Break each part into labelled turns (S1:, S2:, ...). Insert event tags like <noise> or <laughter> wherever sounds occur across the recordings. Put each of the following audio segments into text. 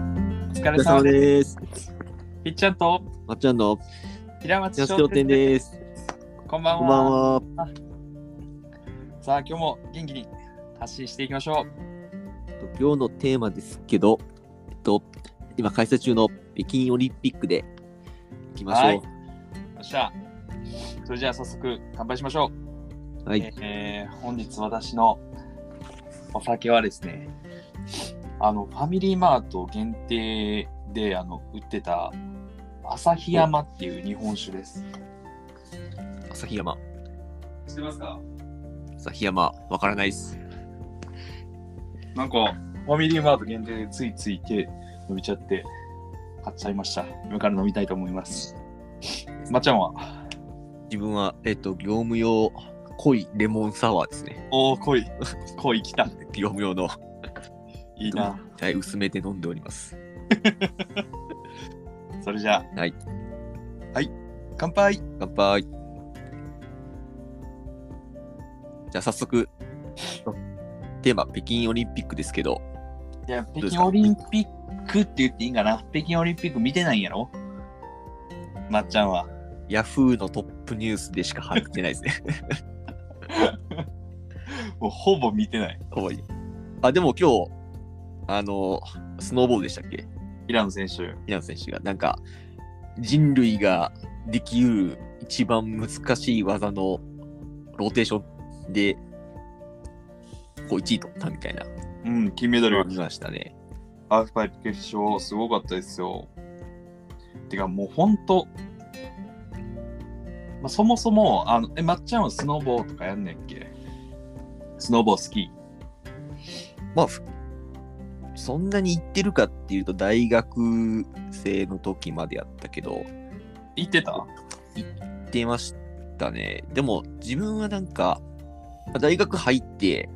S1: 疲
S2: お疲
S1: れ
S2: れ
S1: 様
S2: 様
S1: です。
S2: です。
S1: ピッチャーと
S2: まっちゃんの
S1: 平松
S2: 安
S1: 商
S2: 商
S1: 店
S2: 店
S1: で
S2: です。
S1: す。こんばん
S2: こ
S1: は。
S2: んばんは。
S1: さあ、今日も元気に発信していきましょう。
S2: 今日のテーマですけど、えっと、今開催中の北京オリンピックでいきましょ
S1: よっしゃ。それじゃあ早速乾杯しましょ
S2: う。は
S1: う。
S2: い。
S1: えー本日私のお酒はですね、あの、ファミリーマート限定であの売ってた旭山っていう日本酒です。
S2: 旭山。
S1: 知ってますか
S2: 旭山、わからないです。
S1: なんか、ファミリーマート限定でついつい手伸びちゃって、買っちゃいました。今から飲みたいと思います。まっちゃんは
S2: 自分は、えっと、業務用濃いレモンサワーですね。
S1: おお、濃い。 <laughs> 濃い、来た。
S2: 業務用の、
S1: いいな。
S2: はい、薄めて飲んでおります。
S1: それじゃあ。
S2: はい。
S1: はい。乾杯。
S2: 乾杯。じゃあ、早速、テーマ、北京オリンピックですけど、
S1: いや、
S2: うで
S1: 北
S2: す
S1: 京
S2: か
S1: オリンピックって言っていいんかな北京オリンピック見てないんやろまっちゃんは。
S2: ヤフーのトップニュースでしか入ってないですね。 <laughs>
S1: もうほぼ見てない。
S2: 可愛いあ、でも今日、あの、スノーボードでしたっけ
S1: 平野選手。
S2: 平野選手が、なんか、人類ができる一番難しい技のローテーションで、こう1位取ったみたいな、
S1: うん、金メダル。
S2: 見ましたね。
S1: ハーフパイプ決勝、すごかったですよ。てか、もう本当、まあ、そもそも、あの、え、まっちゃんはスノボーとかやんねんっけスノボースキ
S2: まあ、ふそんなに行ってるかっていうと、大学生の時までやったけど、
S1: ー。行ってた
S2: 行ってましたね。でも、自分はなんか、まあ大学入って、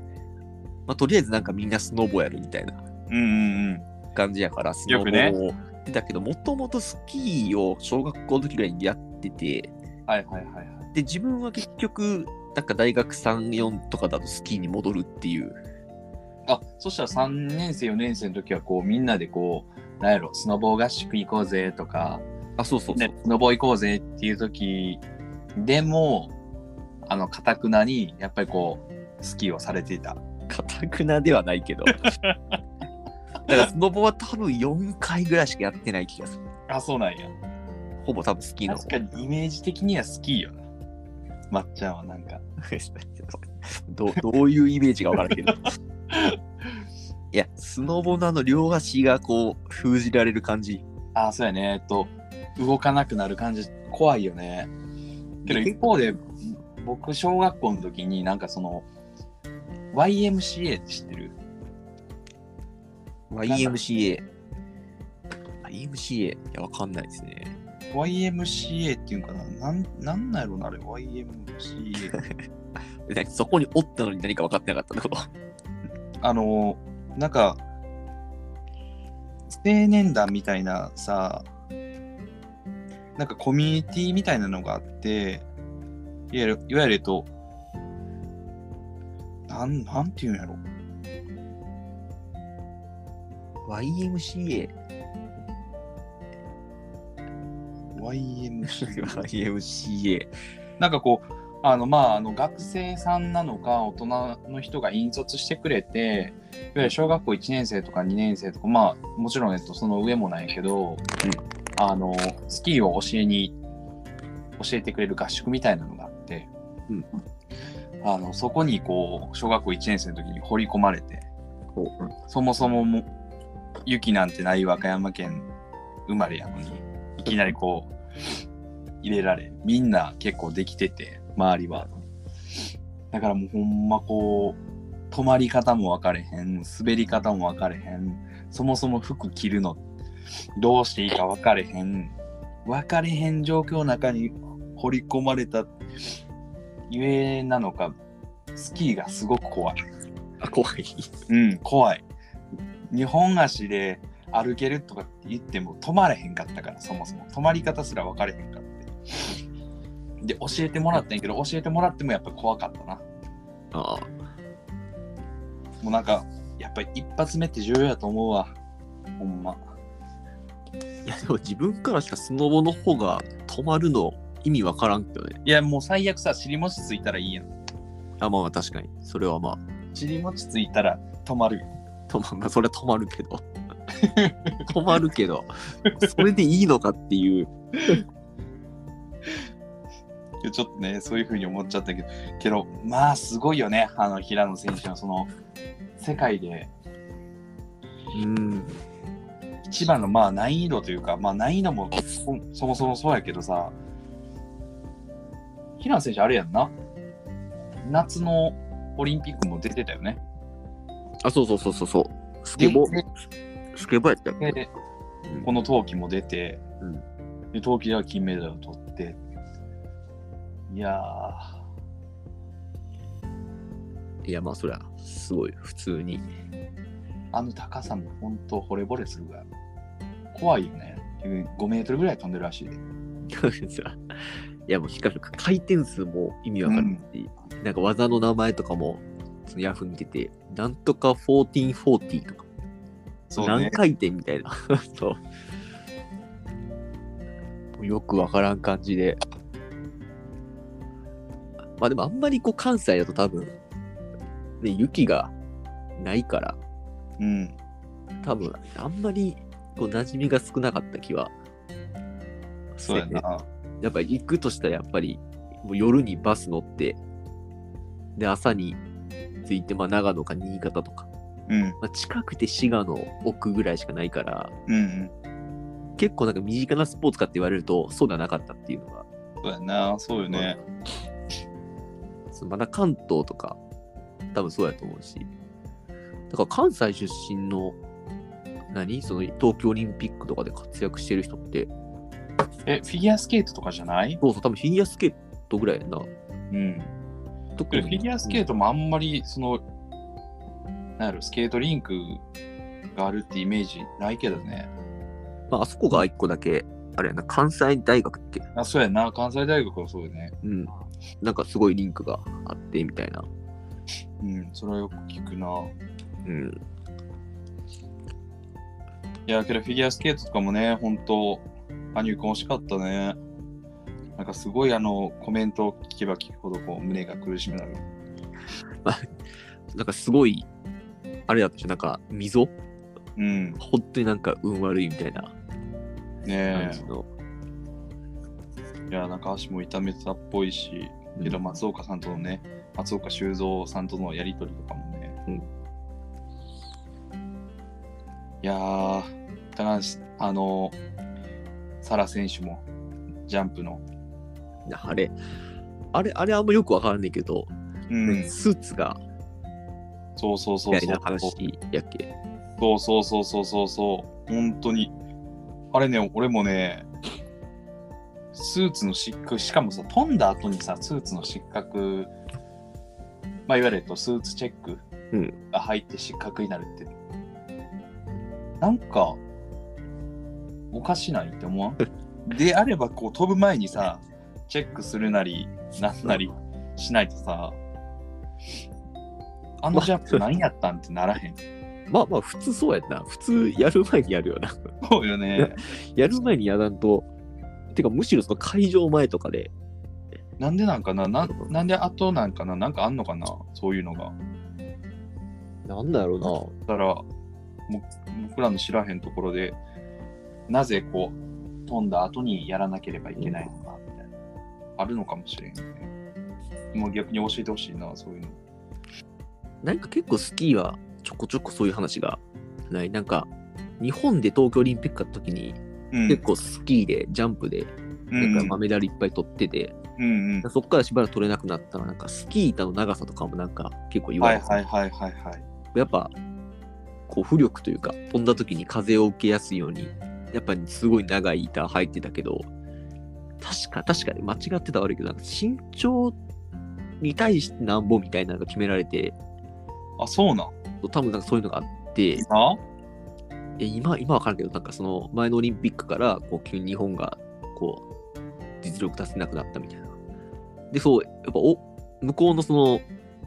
S2: まあ、とりあえずなんかみんなスノボやるみたいな
S1: うんうんうん。
S2: 感じやから、スノ
S1: よ
S2: ボ
S1: くね
S2: をってたけど、もともとスキーを小学校の時ぐらいにやってて、
S1: はいはいはいはい。
S2: で、自分は結局、なんか大学3、4とかだとスキーに戻るっていう、
S1: あ、そしたら3年生、4年生の時は、こう、みんなでこう、なんやろ、スノボー合宿行こうぜとか、
S2: あ、そうそうそう、
S1: ね、スノボー行こうぜっていう時でも、あの、かたくなに、やっぱりこう、スキーをされていた。
S2: かたくなではな
S1: <laughs>
S2: いけど。だからスノボは多分4回ぐらいしかやってない気がする。
S1: あ、そうなんや。
S2: ほぼ多分スキーの方
S1: 確かにイメージ的にはスキーよな。まっちゃんはなんか。
S2: <laughs> どどういうイメージが分からんけど。いや、スノボのあの両足がこう封じられる感じ。
S1: ああ、そうやね。えっと、動かなくなる感じ、怖いよね。けど一方で、僕、小学校の時になんかその、YMCA って知ってる
S2: YMCA。YMCA? いや、分かんないですね。
S1: ?YMCA っていうんかななん、なんなんやろな、あれ。YMCA。
S2: でそこにおったのに何か分かってなかったってこと。
S1: あの、なんか、青年団みたいなさ、なんかコミュニティみたいなのがあって、いわゆる、いわゆるえっと、なん、なんていうんやろ。
S2: <laughs> YMCA。
S1: YMC。
S2: YMCA。
S1: なんかこう、あの、まあ、あの、学生さんなのか、大人の人が引率してくれて、いわゆる小学校1年生とか2年生とか、まあ、もちろん、えっと、その上もないけど、あの、スキーを教えに、教えてくれる合宿みたいなのがあって、
S2: うん
S1: あの、そこに、こう、小学校1年生の時に掘り込まれて、
S2: こう
S1: そもそもも雪なんてない和歌山県生まれやのにいきなりこう入れられみんな結構できてて周りはだからもうほんまこう止まり方も分かれへん滑り方も分かれへんそもそも服着るのどうしていいか分かれへん分かれへん状況の中に掘り込まれたゆえなのかスキーがすごく怖い
S2: あ、怖い。
S1: うん、怖い。日本足で歩けるとかって言っても止まれへんかったから、そもそも。止まり方すら分かれへんかって。で、教えてもらったんやけど、教えてもらってもやっぱ怖かったな。
S2: ああ。
S1: もうなんか、やっぱり一発目って重要やと思うわ。ほんま。
S2: いや、でも自分からしたらスノボの方が止まるの意味わからんけどね。
S1: いや、もう最悪さ、尻餅ついたらいいやん。
S2: あ、まあまあ確かに。それはまあ、
S1: 尻餅ついたら止まるよ。
S2: 止ままあ、それは止まるけど。 <laughs> 止まるけど、それでいいのかって
S1: い
S2: いう。
S1: やちょっとね、そういうふうに思っちゃったけど、けど、まあ、すごいよね、あの、平野選手のその、世界で
S2: うん。
S1: 一番の、まあ、難易度というか、まあ、難易度もそそもそもそうやけどさ、平野選手、あれやんな、夏のオリンピックも出てたよね。
S2: あ、そうそうそうそうそう。スケボー、
S1: で
S2: スケボーやったっけ
S1: でこの冬季も出て、
S2: うん
S1: で冬季では金メダルを取っていや
S2: いや、まあそりゃ、すごい、普通
S1: ー
S2: に。 <laughs>
S1: あの高さも本当惚れ惚れするぐらい怖いよね5メートルぐらい飛んでるらしいで
S2: いや、もうしかも回転数も意味わからんし、なんか技の名前とかも、そのヤフー見てて、なんとか1440とか、
S1: そう
S2: 何
S1: ね
S2: 回転みたいな。 <laughs> そう。もうよくわからん感じで。まあでもあんまりこう関西だと多分、ね、雪がないから、
S1: うん
S2: 多分あんまりこう馴染みが少なかった気は
S1: そうやな、
S2: やっぱり行くとしたらやっぱりもう夜にバス乗ってで朝に着いてまあ長野か新潟とか、
S1: うん、
S2: まあ、近くて滋賀の奥ぐらいしかないから
S1: うんうん
S2: 結構なんか身近なスポーツかって言われるとそうではなかったっていうのが、
S1: そうやなそうよね
S2: そのまだ関東とか多分そうやと思うしだから関西出身の何その東京オリンピックとかで活躍してる人って
S1: えフィギュアスケートとかじゃない
S2: そうそう、多分フィギュアスケートぐらいやな。
S1: うん
S2: 特
S1: フィギュアスケー
S2: ト
S1: トもあんまりそのなんやろスケートリンクがあるってイメージないけどね
S2: まあ、あそこが一個だけ、あれやな、関西大学っけ
S1: あそうやな関西大学はそうよね
S2: うん。なんかすごいリンクがあって、みたいな。
S1: うん、それはよく聞くな。
S2: うん。
S1: いや、けどフィギュアスケートとかもね、本当羽生君惜しかったね。なんかすごいあの、コメントを聞けば聞くほどこう胸が苦しくなる。
S2: なんかすごい、あれだったでしょ、なんか溝
S1: うん、ね
S2: 本当になんか運悪いみたいな感
S1: え
S2: じ。の。
S1: いや、なんか足も痛めてたっぽいし、
S2: うん
S1: けど松岡さんとのね、松岡修造さんとのやりとりとかもね。
S2: うん
S1: いやー、高橋、あの、サラ選手も、ジャンプの。
S2: なあれ、あれ、あれあんまよくわからんねんけど、
S1: うん、
S2: スーツが
S1: そうそうそ
S2: み
S1: う
S2: たい
S1: そう
S2: な。話やっけ。
S1: そうそうそうそうそうそう。本当に。あれね、俺もね、スーツの失格、しかもさ、飛んだ後にさ、スーツの失格、まあ、いわゆるえっとスーツチェック
S2: うん
S1: が入って失格になるって、なんか、おかしないって思わ <laughs> んであれば、こう、飛ぶ前にさ、チェックするなり、なんなりしないと <laughs> さ、あのジャンプ何やったんってならへん。
S2: まあまあ、普通そうやんな。普通やる前にやるよな。 <laughs>
S1: そうよね。
S2: やる前にやらんと、てかむしろその会場前とかで、
S1: なんでなんかなななんで後なんかななんかあんのかなそういうのが。
S2: なんだろうな。
S1: だから、も僕らの知らへんところで、なぜこう、飛んだ後にやらなければいけないのか、みたいな。あるのかもしれんよね。もう逆に教えてほしいな、そういうの。
S2: なんか結構スキーはちょこちょこそういう話がない。なんか日本で東京オリンピックの時に
S1: うん
S2: 結構スキーでジャンプでなんかまあメダルいっぱい取ってて、
S1: うんうん。
S2: そっからしばらく取れなくなったらなんかスキー板の長さとかもなんか結構言わ
S1: は
S2: れ
S1: い
S2: てた
S1: はいはいはいはい。
S2: やっぱこう浮力というか飛んだ時に風を受けやすいようにやっぱりすごい長い板入ってたけど確か確かに間違ってたら悪いけどなんか身長に対してなんぼみたいなのが決められて
S1: あ、そうなん。
S2: 多分なんかそういうのがあって
S1: あ
S2: え今今わからんけどなんかその前のオリンピックからこう急に日本がこう実力出せなくなったみたいなでそうやっぱお向こうのその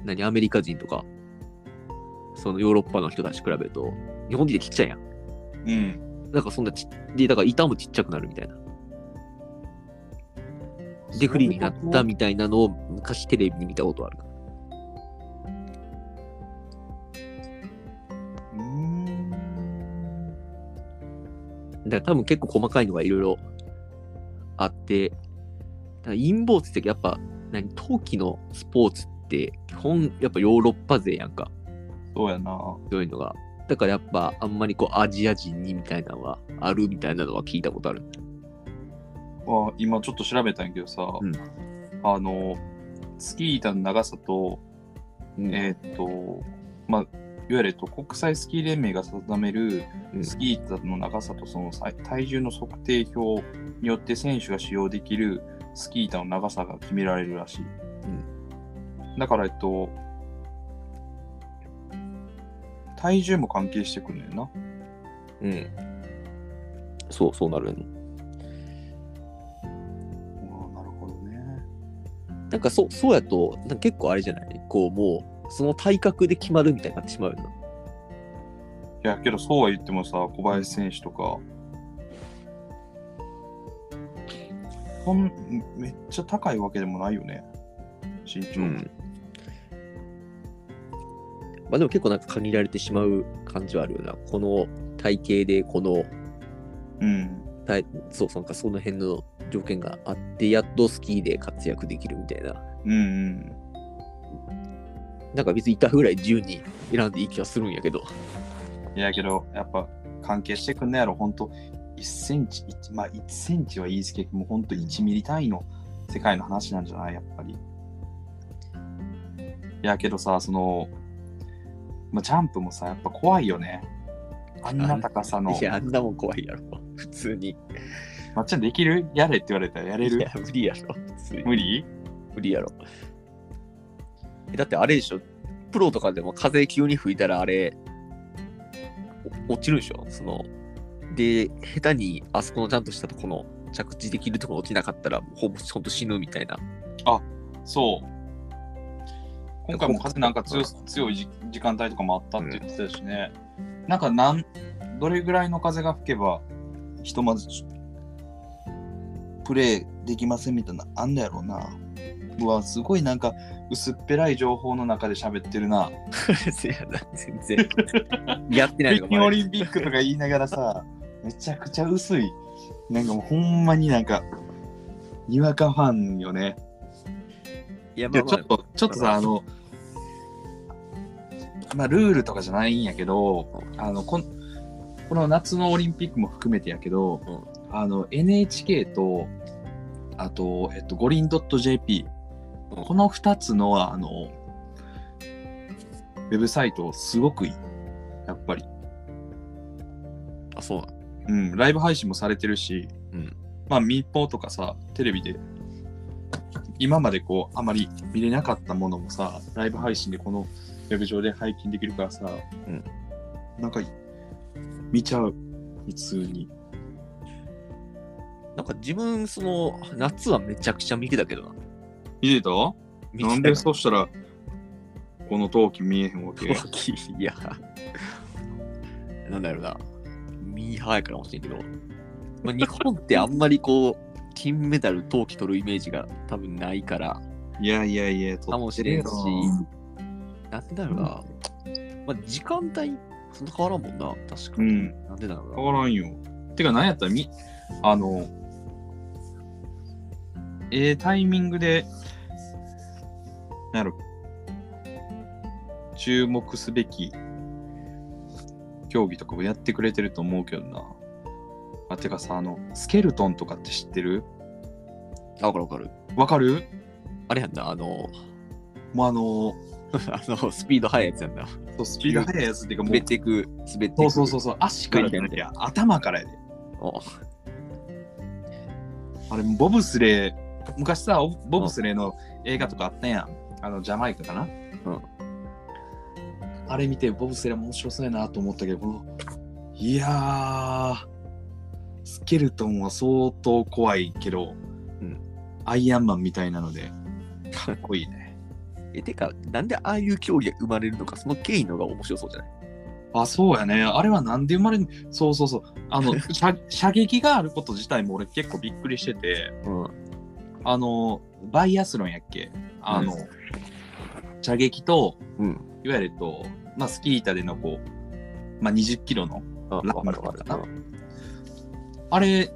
S2: 何アメリカ人とかそのヨーロッパの人たち比べると日本人ってちっちゃいやん
S1: うん。
S2: なんかそんなち、で、だから板もちっちゃくなるみたいな。で、フリーになったみたいなのを昔テレビで見たことある。
S1: うーん
S2: だから多分結構細かいのがいろいろあって、だから陰謀説ってやっぱ、何、冬季のスポーツって、基本やっぱヨーロッパ勢やんか、
S1: そうやな。
S2: そういうのが。だからやっぱあんまりこうアジア人にみたいなのはあるみたいなのは聞いたことある。
S1: まあ、今ちょっと調べたんやけどさ、
S2: うん
S1: あの、スキー板の長さと、
S2: うん
S1: えーっと、まあ、いわゆるえっと国際スキー連盟が定める
S2: うん
S1: スキー板の長さとその体体重の測定表によって選手が使用できるスキー板の長さが決められるらしい。だから、えっと、体重も関係してくるんだよ
S2: うん。そう、そうなるよね。
S1: な。なるほどね。
S2: なんかそう、そうやと、なんか結構あれじゃないこうもう、その体格で決まるみたいになってしまうよな。
S1: いや、けどそうは言ってもさ、小林選手とか、そんめっちゃ高いわけでもないよね、身長。
S2: うん。まあでも結構なんか限られてしまう感じはあるよな。この体型で、この、
S1: うん。
S2: 体そう、なんかその辺の条件があって、やっとスキーで活躍できるみたいな。
S1: うんうん。
S2: なんか別に板ぐらい自由に選んでいい気はするんやけど。
S1: いやけど、やっぱ関係してくんねやろ、ほんと、1センチ、一まあ1センチは言いつけ、もうほんと1ミリ単位の世界の話なんじゃない、やっぱり。いやけどさ、その、まあ、ジャンプもさ、やっぱ怖いよね。あんな高さの。
S2: いや、あんなもん怖いやろ。普通に。
S1: まっちゃんできるやれって言われたらやれ
S2: い
S1: る
S2: や、無理やろ。普通に。
S1: 無理
S2: 無理やろ。えだってあれでしょ、プロとかでも風急に吹いたらあれ、お落ちるでしょその、で、下手にあそこのちゃんとしたとこの着地できるところ落ちなかったら、もうほぼほんと死ぬみたいな。
S1: そう。今回も風なんか強す強いじ時間帯とかもあったって言ってたしね。なんかなん、どれぐらいの風が吹けば、ひとまずちプレイできませんみたいな、あんのやろうな。うわ、すごいなんか薄っぺらい情報の中で喋ってるな。
S2: せやな、 <laughs> 全然。 <laughs> やって <laughs> ない
S1: 北
S2: の
S1: 京
S2: が
S1: オ
S2: バレ
S1: リ
S2: る
S1: ンピックとか言いながら
S2: <laughs>
S1: さ、めちゃくちゃ薄い。なんかもうほんまになんか、にわかファンよね。
S2: いや、
S1: い
S2: まあ
S1: や
S2: ま
S1: ち
S2: あ
S1: ょっと、ちょっとさ、あの、まあ、ルールとかじゃないんやけど、あの、こんこの夏のオリンピックも含めてやけど、あの、NHK と、あと、えっと、五輪 .jp、
S2: うん
S1: この2つの、あの、ウェブサイト、すごくいい。やっぱり。
S2: あ、そうな
S1: うん、ライブ配信もされてるし、
S2: うん
S1: まあ、民放とかさ、テレビで、今までこう、あまり見れなかったものもさ、ライブ配信でこのウェブ上で拝見できるからさ、
S2: うん
S1: なんか、見ちゃう、普通に。
S2: んなんか自分、その、夏はめちゃくちゃ見てたけどな。
S1: 見てた
S2: 見て
S1: なんでそうしたら、この陶器見えへんわけ
S2: たけどいや、なんだろうな。ミーハーやからかもしれんけど、まあ、日本ってあんまりこう、 <laughs> 金メダル、冬季取るイメージが多分ないから、
S1: <laughs> いやいやいや、
S2: か
S1: と
S2: もしれんし、なんでだろうな。まあ、時間帯、そんな変わらんもんな、確かに。
S1: うん
S2: なんでだろう
S1: 変わらんよ。てか、なんやったら、み、あの、ええタイミングで、なんやろ、注目すべき競技とかもやってくれてると思うけどな。あ、てかさ、あの、スケルトンとかって知ってる
S2: な。わかるわかる。
S1: わかる
S2: あれやんな、あの、 <laughs>
S1: もうあの、
S2: あのスピード速いやつやんな。
S1: そうスピード速いやつっていうか、も
S2: 滑
S1: う
S2: っ、ていく、滑っていく。
S1: そうそう
S2: う。
S1: そうそう、足からじゃなきゃ、頭からやで。あれ、ボブスレー、昔さ、ボボブスレーの映画とかあったやん。あの、ジャマイカかな。
S2: うん
S1: あれ見て、ボブスレー面白そうやなと思ったけど、このいやー、スケルトンは相当怖いけど、
S2: うん
S1: アイアンマンみたいなので、かっこいいね。
S2: え、てか、なんでああいう競技が生まれるのか、その経緯のが面白そうじゃない
S1: あ、そうやね。あれはなんで生まれんそうそうそう。あ
S2: <laughs>
S1: の、射射撃があること自体も俺結構びっくりしてて、
S2: うん。
S1: あの、バイアスロンやっけあの、射撃と、
S2: うん。
S1: いわゆると、まあ、スキー板でのこう、まあ、20キロの、
S2: あ、わ
S1: ラ
S2: かるわかる。
S1: あれ、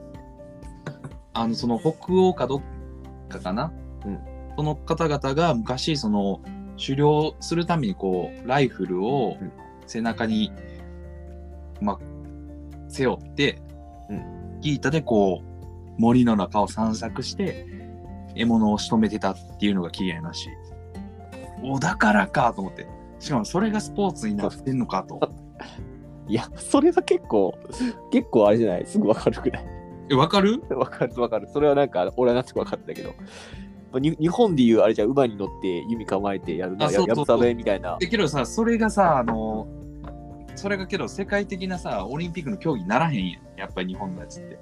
S1: あの、その北欧かどっかかな、
S2: うん
S1: その方々が昔、その、狩猟するためにこう、ライフルを
S2: うん
S1: 背中に、まあ、背負って、
S2: う
S1: ギータでこう、森の中を散策して、獲物を仕留めてたっていうのが起源らしい。お、だからかと思って。しかもそれがスポーツになってんのかと。
S2: いや、それは結構、結構あれじゃないすぐわかるくらい。
S1: え、わかる
S2: <laughs> わかるわかる。それはなんか、俺はなんとか分かったけど。に日本でいうあれじゃん馬に乗って弓構えてやるな
S1: あ
S2: や
S1: そうそ
S2: やぶ
S1: うそ
S2: さ
S1: う
S2: めみたいな
S1: えけどさそれがさあのそれがけど世界的なさオリンピックの競技にならへんやんやっぱり日本のやつって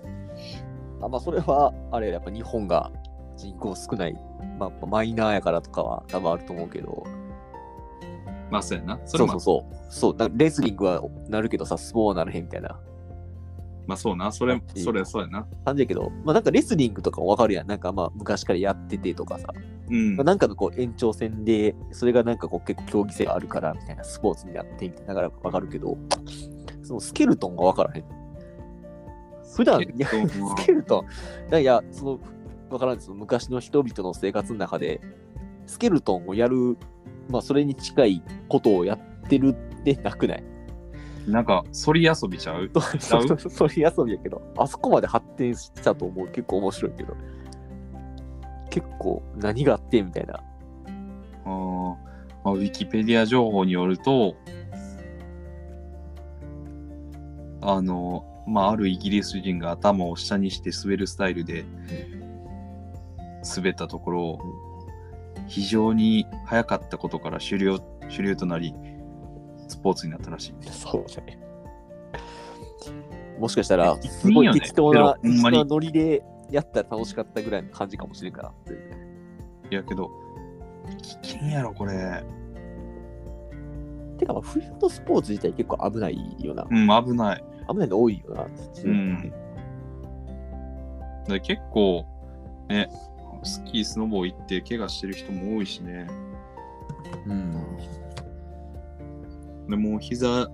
S2: あまあそれはあれやっぱ日本が人口少ない、まあ、やっぱマイナーやからとかは多分あると思うけど
S1: まあそうやなそ
S2: そ
S1: れ
S2: う
S1: も
S2: そうそうそうだレスリングはなるけどさスポーはならへんみたいな
S1: まあそうなそれ
S2: いい
S1: それはそうやな
S2: 感じやけどまあなんかレスリングとかもわかるやんなんかまあ昔からやっててとかさ、
S1: うん
S2: まあ、なんかのこう延長戦でそれがなんかこう結構競技性あるからみたいなスポーツになってみたいなだからわかるけどそのスケルトンがわからへん普段いや
S1: スケルトンは
S2: <laughs> スケルトン、いや、その、わからんです昔の人々の生活の中で、スケルトンをやる、まあ、それに近いことをやってるってなくない
S1: なんかそり遊びちゃう
S2: とそうそう <laughs> そういう遊びやけど、あそこまで発展したと思う、結構面白いけど。結構、何があってみたいな。
S1: あー、まあ、ウィキペディア情報によるとあのまああるイギリス人が頭を下にして滑るスタイルで滑ったところ非常に速かったことから主流主流となりスポーツになったらしい
S2: そうね。もしかしたら、すごい適当な、
S1: いいよね
S2: 適
S1: ほ
S2: 当
S1: んまに
S2: なノリでやったら楽しかったぐらいの感じかもしれんから。
S1: いやけど危険やろこれ
S2: てか、まあ冬のスポーツ自体結構危ないよな。
S1: うん危ない
S2: 危ないの多いよな。
S1: うん。で結構、ね、スキー、スノボ行って怪我してる人も多いしね。
S2: うん。
S1: でもう膝、も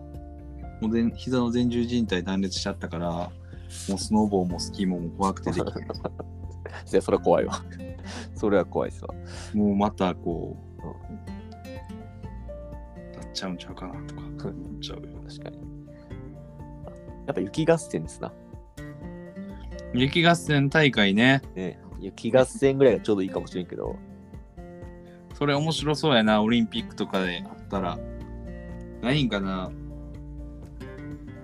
S1: う前膝の前十靭帯断裂しちゃったから、もうスノーボーもスキーももう怖くてでき <laughs> ない。
S2: いや、それは怖いわ。 <laughs> それは怖いっすわ。
S1: もうまたこう、なっちゃうんちゃうかなとか
S2: うん
S1: 思っちゃうよ。
S2: 確かに。やっぱ雪合戦ですな。
S1: 雪合戦大会ね、
S2: ね、雪合戦ぐらいがちょうどいいかもしれんけど、
S1: それ面白そうやな、オリンピックとかであったら。ないんかな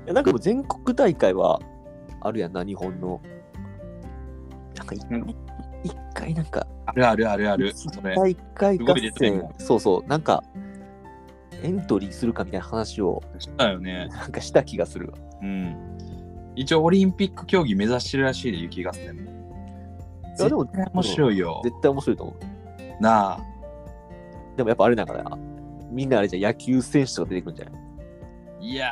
S1: い
S2: やなんかもう全国大会はあるやんな、日本の。なんかい
S1: なんか
S2: 一回なんか
S1: あるあるあるある。それ
S2: 大会
S1: す
S2: 合
S1: ごい出てる
S2: 戦
S1: ね、
S2: そうそう、なんかエントリーするかみたいな話を
S1: したよね。
S2: なんかした気がするわ。
S1: うん。一応オリンピック競技目指してるらしいで、雪合戦も。
S2: いやでも
S1: 絶対面白いよ。
S2: 絶対面白いと思う。
S1: なあ。
S2: でもやっぱあれなんかな、みんなあれじゃん野球選手とか出てくるんじゃない
S1: いや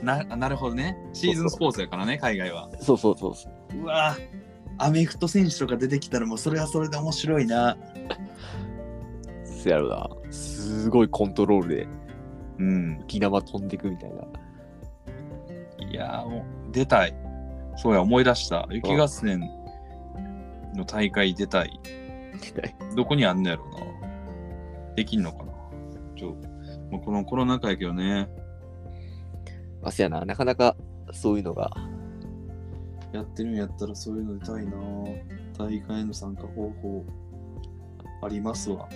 S1: ーな、なるほどね。シーズンスポーツやからね、海外は。
S2: そうそうそうそう。
S1: うわーアメフト選手とか出てきたらもうそれはそれで面白いな。
S2: せやろな。すごいコントロールで
S1: うん。
S2: 浮き玉飛んでくみたいな。
S1: いやーもう出たい。そうや、思い出した。雪合戦の大会出たい。どこにあんのやろうな。できんのかな。ちょ、もうこのコロナ禍やけどね。
S2: まあ、せやな。なかなかそういうのが。
S1: やってるんやったらそういうの出たいな大会の参加方法ありますわ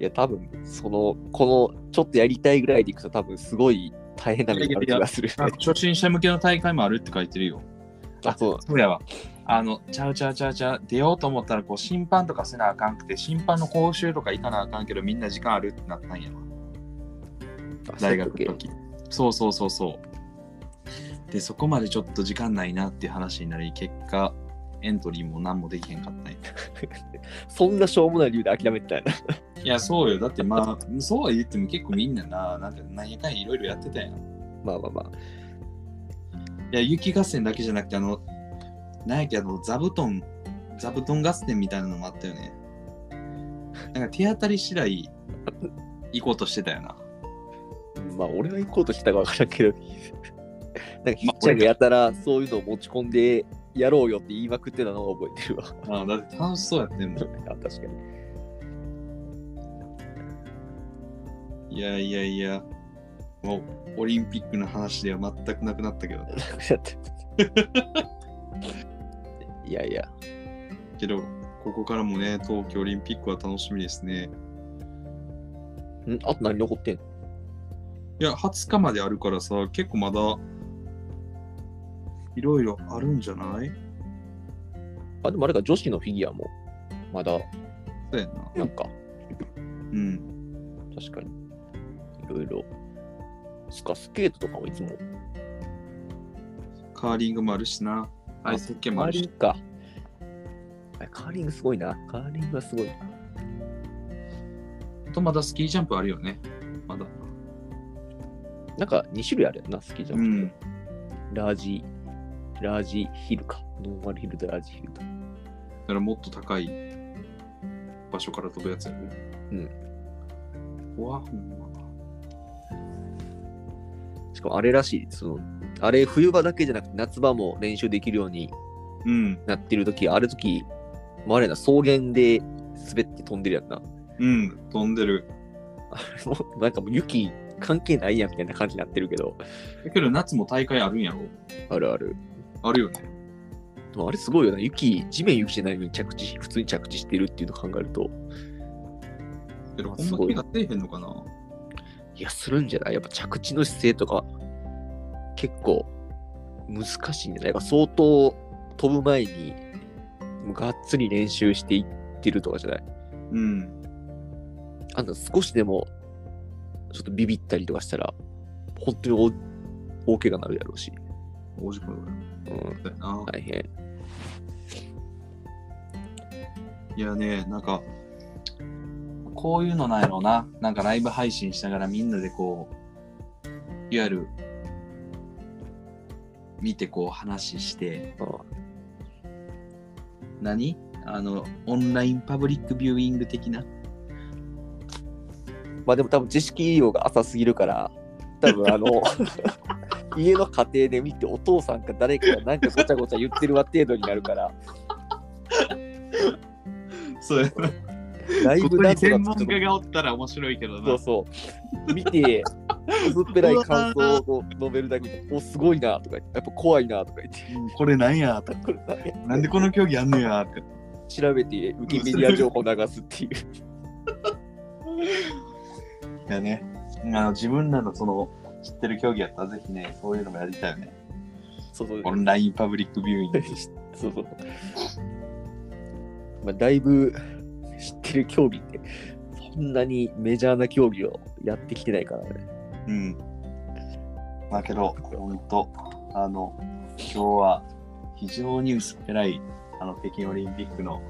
S2: いや、多分、その、この、ちょっとやりたいぐらいでいくと、多分、すごい大変な目にある気がする。
S1: 初心者向けの大会もあるって書いてるよ
S2: <laughs> あ、そう。
S1: そうやわあのちゃうちゃうちゃうちゃう出ようと思ったらこう審判とかせなあかんくて審判の講習とか行かなあかんけどみんな時間あるってなったんやわ大学の時そうそうそうそうでそこまでちょっと時間ないなっていう話になり結果エントリーも何もできへんかったんや
S2: <laughs> そんなしょうもない理由で諦めてたよな。
S1: いや、そうよ。だってまあ、そうは言っても結構みんなな、なんか何やかんやいろいろやってたやん。い
S2: まあまあまあ。
S1: や、雪合戦だけじゃなくて、あの、なんやっけ、あの、座布団、座布団合戦みたいなのもあったよね。なんか手当たり次第行こうとしてたよな。
S2: まあ、俺は行こうとしたか分からんけど、 <laughs> なんか、ひっちゃんがやたら、そういうのを持ち込んでやろうよって言いまくってたのを覚えてるわ。
S1: あ
S2: <laughs>
S1: だって楽しそうやってんもん。
S2: 確かに。
S1: いやいやいや、もうオリンピックの話では全くなくなったけど、 <laughs>
S2: いやいや、
S1: けど、ここからもね、冬季オリンピックは楽しみですね。
S2: んあと何残ってんの
S1: いや、20日まであるからさ、結構まだ、いろいろあるんじゃない
S2: あ、でもあれか、女子のフィギュアも、まだ、
S1: そうやな。
S2: なんか、
S1: うん。
S2: 確かに、いろいろ。スカスケートとかもいつも、
S1: カーリングもあるしな。アイスホッケーも
S2: カ
S1: あ
S2: ー
S1: る
S2: リン
S1: し
S2: グ。か。あれカーリングすごいな。カーリングはすごいな。
S1: あとまだスキージャンプあるよね。まだ。
S2: なんか2種類あるやんな、好きじゃ。
S1: うんん。
S2: ラージ、ラージヒルか。ノーマルヒルとラージヒルと。
S1: だからもっと高い場所から飛ぶやつやろ。
S2: うん。
S1: うわ、ほんま。
S2: しかもあれらしい、その、あれ冬場だけじゃなくて夏場も練習できるように
S1: うん。
S2: なってる時ある時もうあれやな、草原で滑って飛んでるやんな。 <laughs>
S1: うん。飛んでる。
S2: あれもうなんかもう雪関係ないやんみたいな感じになってるけど、
S1: だけど夏も大会あるんやろ
S2: あるある。
S1: あるよね。
S2: でもあれすごいよな、雪、地面雪じゃないのに着地、普通に着地してるっていうの考えると、
S1: けど、
S2: あ
S1: ほん
S2: す
S1: ま
S2: ごい
S1: 気が出えへんのかない
S2: や、するんじゃないやっぱ着地の姿勢とか、結構難しいんじゃないやっぱ相当飛ぶ前に、もうがっつり練習していってるとかじゃない
S1: うん。
S2: あんた少しでも、ちょっとビビったりとかしたら、本当に大大怪我になるやろうし、
S1: 大事故だよ
S2: うん、
S1: だよな。
S2: 大変。
S1: いやね、なんか、こういうのなんやろうな。なんかライブ配信しながらみんなでこう、いわゆる、見てこう話して、
S2: うん
S1: 何あの、オンラインパブリックビューイング的な。
S2: まあでも多分知識量が浅すぎるから、多分
S1: <laughs>
S2: あの、家の家庭で見てお父さんか誰かがなんかごちゃごちゃ言ってるわ程度にな
S1: <laughs>
S2: るから、
S1: そうや
S2: ライ
S1: こ
S2: ブ
S1: こ
S2: なん
S1: に
S2: とか
S1: 専門家がおったら面白いけどな。
S2: そうそう。見て、薄っぺらい感想を述べるだけで、お、すごいなとか言って、やっぱ怖いなとか言って、
S1: うんこれなんやとか
S2: これだけ
S1: なんでこの競技あんのやって。
S2: 調べて、ウキメディア情報流すっていう。 <laughs>
S1: いやね、あの自分らのその知ってる競技やったらぜひね、そういうのもやりたいよね。
S2: そうそう
S1: オ。ンラインパブリックビューイング。
S2: そうそう。まあ、だいぶ知ってる競技って、そんなにメジャーな競技をやってきてないからね。
S1: うん。まあけど、ほんと、あの、今日は非常に薄っぺらい、あの、北京オリンピックの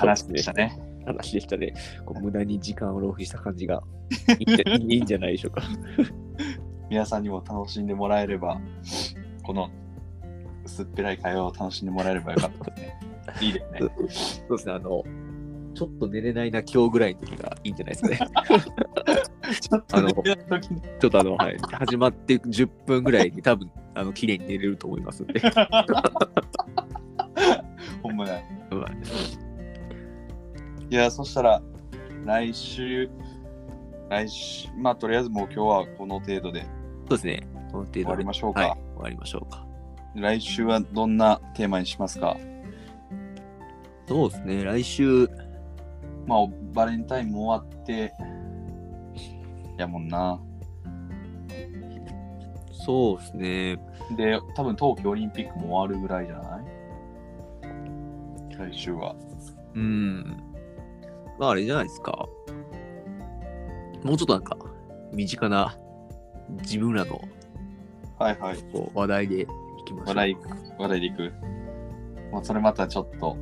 S1: 話でしたね。
S2: 話でしたね。こう無駄に時間を浪費した感じがいいんじゃいいんじゃないでしょうか。
S1: 皆さんにも楽しんでもらえれば、この薄っぺらい会話を楽しんでもらえればよかった <laughs> ですね。いいですね。
S2: そうですね、あの、ちょっと寝れないな、今日ぐらいの時がいいんじゃないですかね。
S1: ちょっとね、やる <laughs> ときに
S2: ちょっとあの、はい、始まって10分ぐらいに多分、あの、綺麗に寝れると思いますんで。 <laughs>
S1: ほんまや。
S2: うん
S1: いや、そしたら、来週、来週、まあ、とりあえずもう今日はこの程度で
S2: そうですね。この程度で
S1: 終わりましょうか。
S2: はい、終わりましょうか。
S1: 来週はどんなテーマにしますか
S2: そうですね、来週、
S1: まあ、バレンタインも終わって、やもんな。
S2: そうですね。
S1: で、多分冬季オリンピックも終わるぐらいじゃない来週は。
S2: うん。まあ、あれじゃないですか。もうちょっとなんか、身近な自分らの
S1: はいはい。
S2: こう話題でいきましょう。
S1: 話題、話題でいく。もうそれまたちょっと、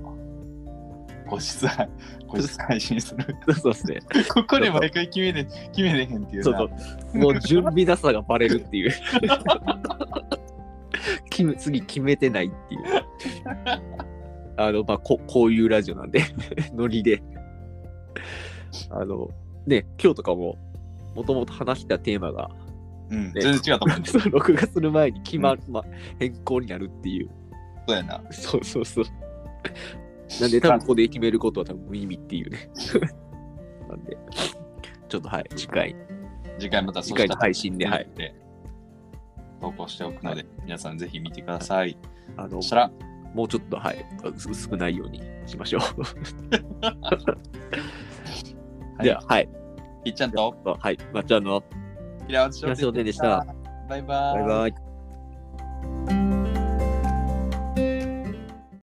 S1: 個室配個室配信する
S2: <laughs>
S1: <laughs>
S2: そうですね。
S1: ここで毎回決めれ決めれへんっていう
S2: ち
S1: な
S2: ょっと、もう準備なさがバレるって
S1: <laughs>
S2: いう。決め次決めてないっていう。あの、まあ、ここういうラジオなんで、 <laughs> ノリで。あの、ね、今日とかも、もともと話したテーマが、 <laughs>
S1: うん、全然違うと思うんです
S2: その録画する前に決まる、ま、変更になるっていう。
S1: そうやな
S2: そうそうそう。なんで、多分ここで決めることは多分無意味っていう
S1: <laughs>
S2: ね。なんで、ちょっとはい、次回、
S1: 次回また
S2: 次回の配信で、
S1: で、
S2: はい。
S1: 投稿しておくので、皆さんぜひ見てください。
S2: あの
S1: そしたら、
S2: もうちょっと、はい、薄薄くないようにしましょう。 <laughs>
S1: はい
S2: では、はい。
S1: いっちゃんと
S2: あはい。まっちゃんの、
S1: 平尾翔
S2: 平尾翔
S1: 太
S2: 太でした。
S1: バイバ
S2: バイバイ。